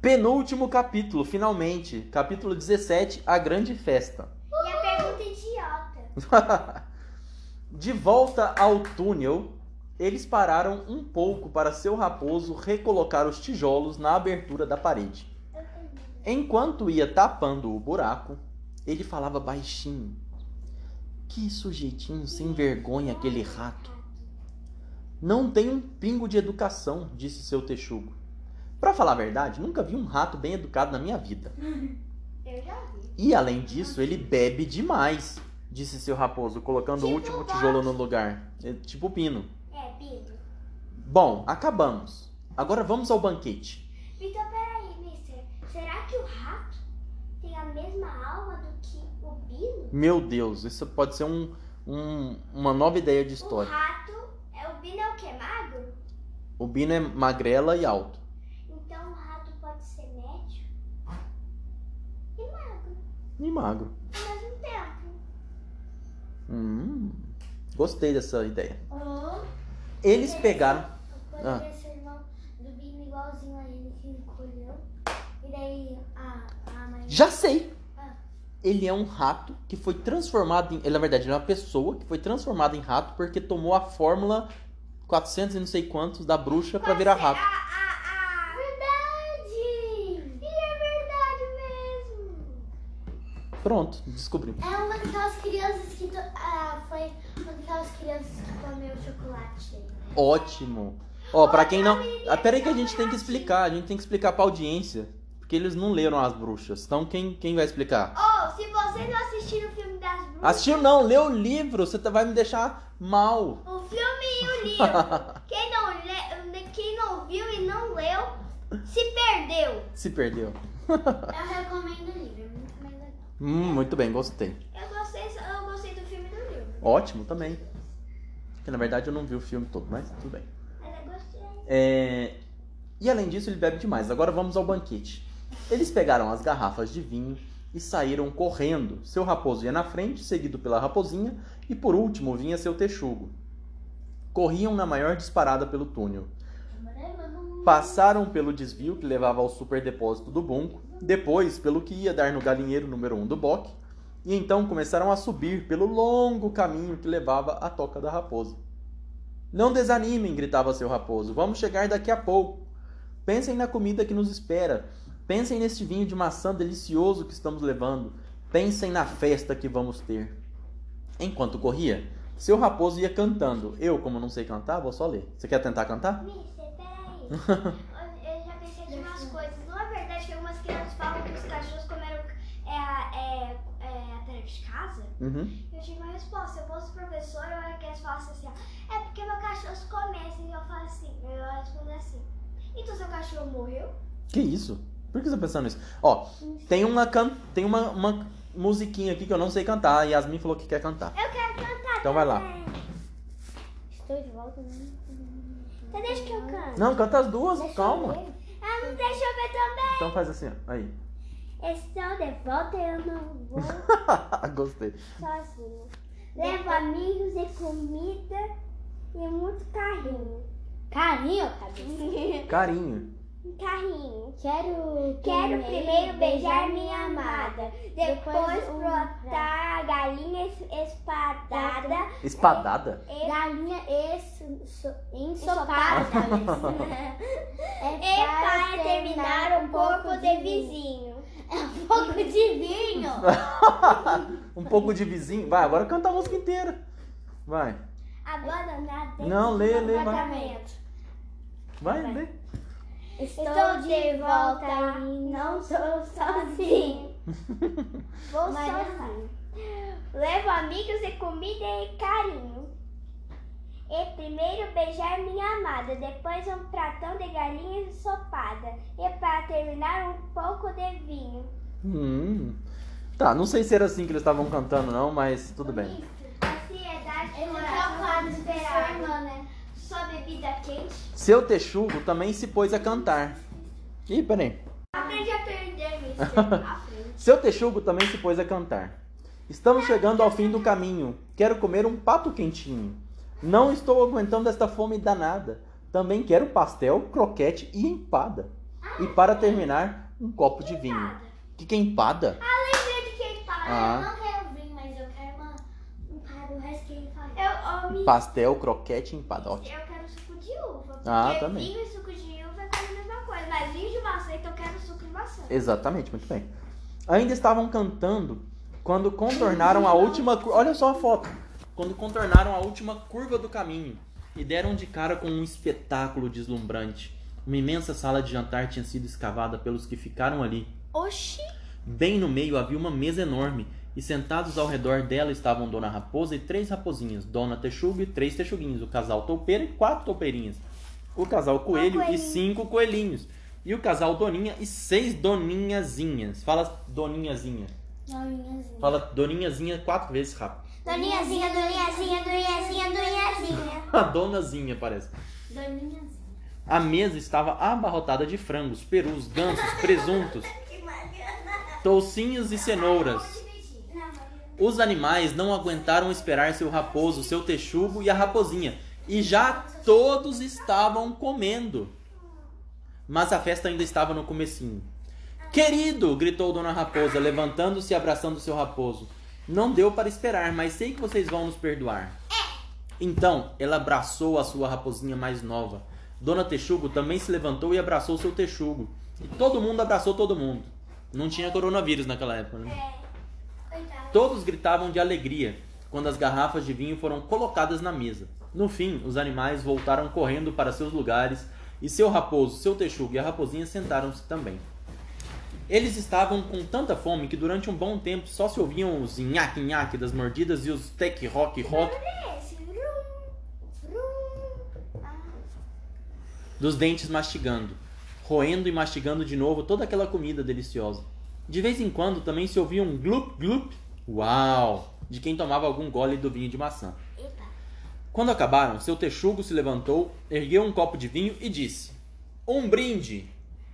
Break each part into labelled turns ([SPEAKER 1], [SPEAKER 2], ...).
[SPEAKER 1] Penúltimo capítulo, finalmente. Capítulo 17, A Grande Festa.
[SPEAKER 2] E a pergunta idiota.
[SPEAKER 1] De volta ao túnel, eles pararam um pouco para seu raposo recolocar os tijolos na abertura da parede. Enquanto ia tapando o buraco, ele falava baixinho. Que sujeitinho sem vergonha aquele rato. Não tem um pingo de educação, disse seu texugo. Pra falar a verdade, nunca vi um rato bem educado na minha vida.
[SPEAKER 2] Eu já vi.
[SPEAKER 1] E além disso, ele bebe demais, disse seu raposo, colocando o
[SPEAKER 2] Tipo
[SPEAKER 1] último
[SPEAKER 2] o
[SPEAKER 1] tijolo no lugar. É tipo o pino.
[SPEAKER 2] É, Pedro.
[SPEAKER 1] Bom, acabamos. Agora vamos ao banquete.
[SPEAKER 2] Então, peraí, mister. Será que o rato tem a mesma alma do que o Bino?
[SPEAKER 1] Meu Deus, isso pode ser um- um- uma nova ideia de
[SPEAKER 2] O
[SPEAKER 1] história.
[SPEAKER 2] rato. É, o Bino é o que? Magro?
[SPEAKER 1] O Bino é magrela e alto.
[SPEAKER 2] Então o rato pode ser médio e magro
[SPEAKER 1] E magro.
[SPEAKER 2] ao mesmo tempo.
[SPEAKER 1] Hum, gostei dessa ideia.
[SPEAKER 2] Ou
[SPEAKER 1] Eles pegaram. Ah.
[SPEAKER 2] poderia ser irmão do Bino igualzinho a ele que encolheu. E daí a, a mãe.
[SPEAKER 1] Já sei.
[SPEAKER 2] Ah.
[SPEAKER 1] Ele é um rato que foi transformado em. Ele, na verdade, ele é uma pessoa que foi transformada em rato porque tomou a fórmula 400 e não sei quantos da bruxa pra virar rato.
[SPEAKER 2] Ah, ah, ah! Verdade! E é verdade mesmo!
[SPEAKER 1] Pronto, descobrimos.
[SPEAKER 2] É uma daquelas crianças que. to- Ah, foi uma daquelas crianças que comeu chocolate.
[SPEAKER 1] Ótimo. Ó, pra quem não. Ah, pera aí que a gente tem que explicar. A gente tem que explicar pra audiência. Porque eles não leram as bruxas. Então quem, quem vai explicar?
[SPEAKER 2] Oh, se vocês não assistiram o filme das bruxas,
[SPEAKER 1] Assistiu não, leu o livro. Você tá- vai me deixar mal.
[SPEAKER 2] o filme e o livro. quem, não le... quem não viu e não leu, se perdeu.
[SPEAKER 1] Se perdeu.
[SPEAKER 2] Eu recomendo o livro, é muito mais legal.
[SPEAKER 1] Hum, muito bem, gostei.
[SPEAKER 2] Eu gostei, eu gostei do filme e do livro.
[SPEAKER 1] Ótimo também. Porque na verdade eu não vi o filme todo, mas tudo bem.
[SPEAKER 2] Mas eu gostei.
[SPEAKER 1] É, E além disso, ele bebe demais. Agora vamos ao banquete. Eles pegaram as garrafas de vinho e saíram correndo. Seu raposo ia na frente, seguido pela raposinha, e por último vinha seu texugo. Corriam na maior disparada pelo túnel. Passaram pelo desvio que levava ao superdepósito do bunco, depois pelo que ia dar no galinheiro número 1 do boque, e então começaram a subir pelo longo caminho que levava à toca da raposa. Não desanimem, gritava seu raposo, vamos chegar daqui a pouco. Pensem na comida que nos espera, pensem neste vinho de maçã delicioso que estamos levando, pensem na festa que vamos ter. Enquanto corria, seu raposo ia cantando. Eu, como não sei cantar, vou só ler. Você quer tentar cantar?
[SPEAKER 2] Mister, peraí. Eu- Eu já pensei de umas coisas. Não é verdade que algumas crianças falam que os cachorros comeram é, é, é, a tarefa de casa?
[SPEAKER 1] Uhum.
[SPEAKER 2] Eu tive uma resposta. Eu fosse professora, eu era que eles falassem assim: ó, é porque meu cachorro se comesse. E eu falo assim, eu respondo assim: então seu cachorro morreu?
[SPEAKER 1] Que isso? Por que você tá pensando nisso? Ó, tem uma, can... tem uma, uma musiquinha aqui que eu não sei cantar. A Yasmin falou que quer cantar.
[SPEAKER 2] Eu quero cantar.
[SPEAKER 1] Então vai lá.
[SPEAKER 2] Estou de volta. né? Então deixa que eu canto.
[SPEAKER 1] Não, canta as duas, calma.
[SPEAKER 2] Ah, não deixa eu ver também.
[SPEAKER 1] Então faz assim, ó. Aí.
[SPEAKER 2] Estou de volta, eu não vou.
[SPEAKER 1] Gostei.
[SPEAKER 2] sozinho. Levo amigos e comida e muito carrinho. Carrinho, cabeça?
[SPEAKER 1] Carinho.
[SPEAKER 2] carrinho.
[SPEAKER 3] Quero,
[SPEAKER 2] Quero primeiro beijar minha amada, depois um brotar a galinha es- espadada,
[SPEAKER 1] Espadada?
[SPEAKER 2] e
[SPEAKER 3] Galinha esse, so, ensopada.
[SPEAKER 2] ensopada,
[SPEAKER 3] É
[SPEAKER 2] e para terminar um pouco de vizinho.
[SPEAKER 3] Um pouco de vinho.
[SPEAKER 1] Um pouco de vizinho. Vai, agora canta a música inteira. Vai.
[SPEAKER 2] Abandonada dentro
[SPEAKER 1] Não, lê,
[SPEAKER 2] do
[SPEAKER 1] lê, vai.
[SPEAKER 2] apartamento.
[SPEAKER 1] Vai, lê.
[SPEAKER 2] Estou de volta e não sou sozinho. Vou
[SPEAKER 3] Vai
[SPEAKER 2] sozinho.
[SPEAKER 3] assim.
[SPEAKER 2] Levo amigos e comida e carinho. E primeiro beijar minha amada, depois um pratão de galinha ensopada. E para terminar, um pouco de vinho.
[SPEAKER 1] Hum. Tá, não sei se era assim que eles estavam cantando, não, mas tudo bem.
[SPEAKER 2] Ansiedade,
[SPEAKER 3] Eu vou
[SPEAKER 2] coração
[SPEAKER 3] dar um quadro pra
[SPEAKER 2] desesperado.
[SPEAKER 3] sua irmã,
[SPEAKER 2] Só bebida quente.
[SPEAKER 1] Seu texugo também se pôs a cantar. Ih, peraí.
[SPEAKER 2] Aprende a perder, mister. Aprende.
[SPEAKER 1] Seu texugo também se pôs a cantar. Estamos chegando ao fim do caminho. Quero comer um pato quentinho. Não estou aguentando esta fome danada. Também quero pastel, croquete e empada. E para terminar, um copo de vinho. Que que é empada?
[SPEAKER 2] Lembrei de quem fala.
[SPEAKER 1] Ah.
[SPEAKER 2] Eu não quero vinho, mas eu quero uma. Um para o resto que ele fala.
[SPEAKER 3] Eu, eu, me-
[SPEAKER 1] Pastel, croquete, empada. Ótimo.
[SPEAKER 3] eu quero suco de uva. Porque
[SPEAKER 1] Ah, também.
[SPEAKER 3] vinho e suco de uva é quase a mesma coisa. Mas vinho de maçã, então eu quero suco de maçã.
[SPEAKER 1] Exatamente, muito bem. Ainda estavam cantando quando contornaram a última. cur- Olha só a foto. Quando contornaram a última curva do caminho e deram de cara com um espetáculo deslumbrante. Uma imensa sala de jantar tinha sido escavada pelos que ficaram ali.
[SPEAKER 2] Oxi.
[SPEAKER 1] Bem no meio havia uma mesa enorme, e sentados ao redor dela estavam Dona Raposa e três raposinhas, Dona Texuga e três texuguinhos, o casal toupeira e quatro toupeirinhas, o casal coelho e
[SPEAKER 3] coelhinho.
[SPEAKER 1] cinco coelhinhos, e o casal doninha e seis doninhazinhas. Fala doninhazinha.
[SPEAKER 2] Novinhazinha.
[SPEAKER 1] Fala doninhazinha quatro vezes rápido.
[SPEAKER 3] Doninhazinha, doninhazinha, doninhazinha, doninhazinha.
[SPEAKER 1] A donazinha parece.
[SPEAKER 2] Doninhazinha.
[SPEAKER 1] A mesa estava abarrotada de frangos, perus, gansos, presuntos, toucinhos e cenouras. Os animais não aguentaram esperar seu raposo, seu texugo e a raposinha, e já todos estavam comendo. Mas a festa ainda estava no comecinho. Querido, gritou Dona Raposa, levantando-se e abraçando seu raposo. Não deu para esperar, mas sei que vocês vão nos perdoar. Então, ela abraçou a sua raposinha mais nova. Dona Texugo também se levantou e abraçou seu texugo. E todo mundo abraçou todo mundo. Não tinha coronavírus naquela época, né?
[SPEAKER 3] Coitado.
[SPEAKER 1] Todos gritavam de alegria quando as garrafas de vinho foram colocadas na mesa. No fim, os animais voltaram correndo para seus lugares e seu raposo, seu texugo e a raposinha sentaram-se também. Eles estavam com tanta fome que durante um bom tempo só se ouviam os nhaque-nhaque das mordidas e os tec-rock-rock
[SPEAKER 3] Esse, vrum, vrum. Ah,
[SPEAKER 1] dos dentes mastigando, roendo e mastigando de novo toda aquela comida deliciosa. De vez em quando também se ouvia um glup glup, uau, de quem tomava algum gole do vinho de maçã.
[SPEAKER 3] epa.
[SPEAKER 1] Quando acabaram, seu texugo se levantou, ergueu um copo de vinho e disse: Um brinde!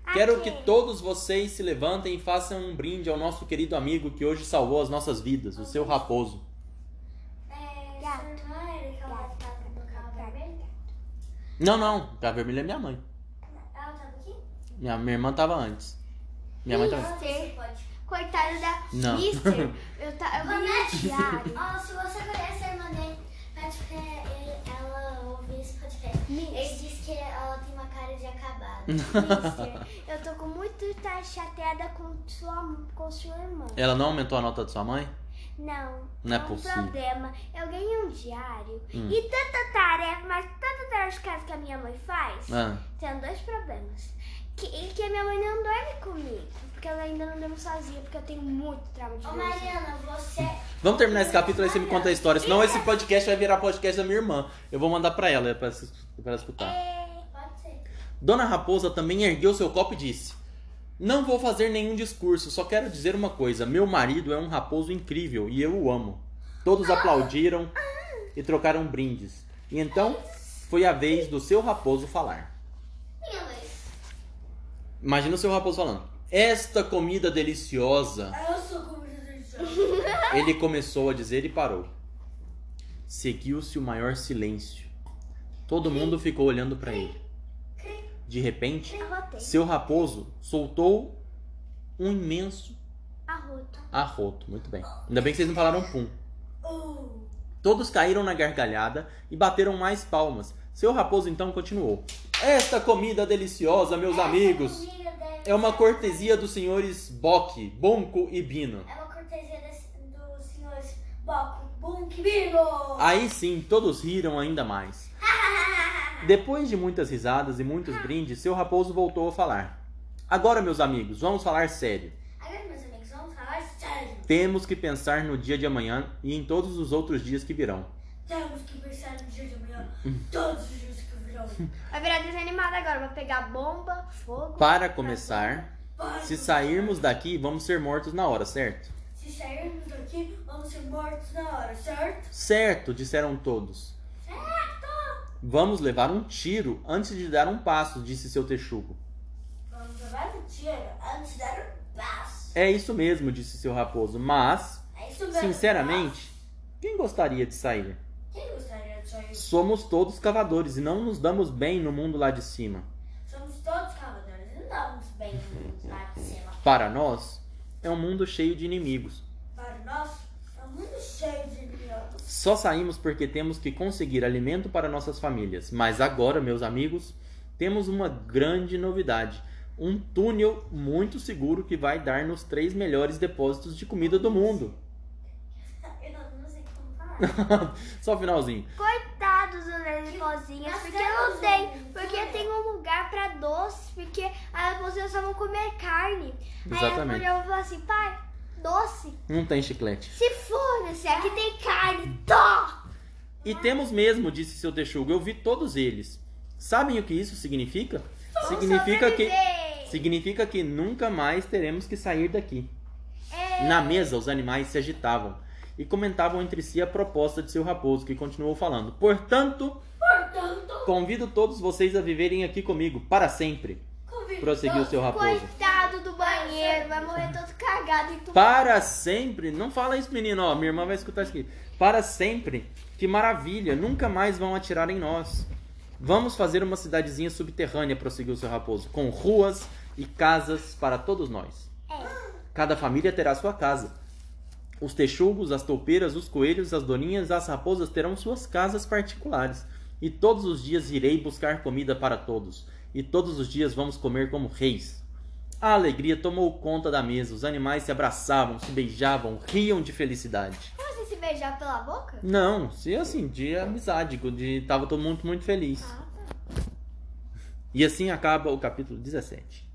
[SPEAKER 2] Ah,
[SPEAKER 1] Quero que
[SPEAKER 2] é.
[SPEAKER 3] Aquele.
[SPEAKER 1] todos vocês se levantem e façam um brinde ao nosso querido amigo que hoje salvou as nossas vidas, o seu raposo.
[SPEAKER 3] É, gato. Gato.
[SPEAKER 2] tá
[SPEAKER 3] Gato.
[SPEAKER 1] Não, não, tá vermelho é minha mãe.
[SPEAKER 2] tá
[SPEAKER 3] Ela tava aqui?
[SPEAKER 1] Minha, minha irmã tava antes. Minha mãe tá. também.
[SPEAKER 3] Coitado da
[SPEAKER 1] Não.
[SPEAKER 3] Mister. Eu, tá, eu vou no
[SPEAKER 2] Vanessa.
[SPEAKER 3] diário.
[SPEAKER 2] Ó, se você conhece a irmã dele, pede pra ele- ela ouvir esse podcast. Ele disse que ela tem uma cara de acabada.
[SPEAKER 3] Mister, eu tô com muito tá, chateada com sua, com sua irmã.
[SPEAKER 1] Ela não aumentou a nota de sua mãe?
[SPEAKER 3] Não.
[SPEAKER 1] É. Não é
[SPEAKER 3] um
[SPEAKER 1] possível.
[SPEAKER 3] problema. Eu ganhei um diário
[SPEAKER 1] Hum.
[SPEAKER 3] e tanta tarefa, mas tanta tarefa de casa que a minha mãe faz.
[SPEAKER 1] Ah,
[SPEAKER 3] Tem dois problemas. Que, e que a minha mãe não dorme comigo. Porque ela ainda não dorme sozinha, porque eu tenho muito trauma de
[SPEAKER 2] Ô,
[SPEAKER 3] dormir sozinha.
[SPEAKER 2] Mariana, você. é-
[SPEAKER 1] Vamos terminar esse capítulo aí você me conta a história, senão esse podcast vai virar podcast da minha irmã. Eu vou mandar pra ela, é pra, ela- pra ela escutar.
[SPEAKER 2] Pode ser.
[SPEAKER 1] Dona Raposa também ergueu seu copo e disse: Não vou fazer nenhum discurso, só quero dizer uma coisa. Meu marido é um raposo incrível e eu o amo. Todos aplaudiram e trocaram brindes. E então foi a vez do seu raposo falar.
[SPEAKER 2] Minha vez.
[SPEAKER 1] Imagina o seu raposo falando: Esta comida deliciosa.
[SPEAKER 2] Eu sou comida de
[SPEAKER 1] Ele começou a dizer e parou. Seguiu-se o maior silêncio. Todo mundo ficou olhando para ele. De repente,
[SPEAKER 3] Arrotei.
[SPEAKER 1] Seu raposo soltou um imenso
[SPEAKER 3] Arroto.
[SPEAKER 1] arroto. Muito bem. Ainda bem que vocês não falaram pum.
[SPEAKER 2] Uh.
[SPEAKER 1] Todos caíram na gargalhada e bateram mais palmas. Seu raposo então continuou: Esta comida deliciosa, meus amigos, é uma cortesia dos senhores Bock, Bonco e Bino.
[SPEAKER 2] É uma cortesia desse- dos senhores Boco, Bunk, Bingo!
[SPEAKER 1] Aí sim, todos riram ainda mais. Depois de muitas risadas e muitos brindes, seu raposo voltou a falar. Agora, meus amigos, vamos falar sério.
[SPEAKER 2] Agora, meus amigos, vamos falar sério.
[SPEAKER 1] Temos que pensar no dia de amanhã e em todos os outros dias que virão.
[SPEAKER 2] Temos que pensar no dia de amanhã, todos os dias que virão.
[SPEAKER 3] Vai virar desanimada agora. Vai pegar bomba, fogo.
[SPEAKER 1] Para começar,
[SPEAKER 2] Para
[SPEAKER 1] se sairmos daqui, vamos ser mortos na hora, certo?
[SPEAKER 2] Se sairmos daqui, vamos ser mortos na hora, certo?
[SPEAKER 1] Certo, disseram todos. Vamos levar um tiro antes de dar um passo, disse seu texugo.
[SPEAKER 2] Vamos levar um tiro antes de dar um passo.
[SPEAKER 1] É isso mesmo, disse seu raposo, mas,
[SPEAKER 2] É isso mesmo. tá?
[SPEAKER 1] sinceramente, quem gostaria de sair?
[SPEAKER 2] Quem gostaria de sair?
[SPEAKER 1] Somos todos cavadores e não nos damos bem no mundo lá de cima.
[SPEAKER 2] Somos todos cavadores e não nos
[SPEAKER 1] Para nós, é um mundo cheio de inimigos.
[SPEAKER 4] Para nós, é
[SPEAKER 2] tá
[SPEAKER 4] um mundo cheio de inimigos.
[SPEAKER 1] Só saímos porque temos que conseguir alimento para nossas famílias. Mas agora, meus amigos, temos uma grande novidade. Um túnel muito seguro que vai dar nos três melhores depósitos de comida do mundo.
[SPEAKER 2] Eu não, não sei como falar.
[SPEAKER 1] Só o finalzinho.
[SPEAKER 3] Coitados dos lepozinhas,
[SPEAKER 2] Nós
[SPEAKER 3] porque não
[SPEAKER 2] temos
[SPEAKER 3] tem,
[SPEAKER 2] um
[SPEAKER 3] porque
[SPEAKER 2] túnel.
[SPEAKER 3] tem um lugar pra doces, porque as lepozinhas só vão comer carne.
[SPEAKER 1] Exatamente.
[SPEAKER 3] Aí a mulher falou assim, pai, doce?
[SPEAKER 1] Não tem chiclete.
[SPEAKER 3] Se foda-se, aqui tem carne, tó!
[SPEAKER 1] E temos mesmo, disse seu texugo. Eu vi todos eles. Sabem o que isso significa? significa que
[SPEAKER 3] sobreviver.
[SPEAKER 1] significa que nunca mais teremos que sair daqui. Na mesa, os animais se agitavam e comentavam entre si a proposta de seu raposo, que continuou falando: "Portanto,
[SPEAKER 4] Portanto,
[SPEAKER 1] convido todos vocês a viverem aqui comigo para sempre",
[SPEAKER 4] convido
[SPEAKER 1] prosseguiu
[SPEAKER 3] Então,
[SPEAKER 1] seu raposo.
[SPEAKER 3] Coitado do banheiro, vai morrer todo cagado e tudo.
[SPEAKER 1] Para sempre, não fala isso, menino, ó, minha irmã vai escutar isso aqui. Para sempre, que maravilha, nunca mais vão atirar em nós. Vamos fazer uma cidadezinha subterrânea, prosseguiu seu raposo, com ruas e casas para todos nós. Cada família terá sua casa. Os texugos, as toupeiras, os coelhos, as doninhas, as raposas terão suas casas particulares. E todos os dias irei buscar comida para todos. E todos os dias vamos comer como reis. A alegria tomou conta da mesa. Os animais se abraçavam, se beijavam, riam de felicidade.
[SPEAKER 3] Você se beijar pela boca?
[SPEAKER 1] Não, se assim, de amizade, de tava todo mundo muito feliz. E assim acaba o capítulo 17.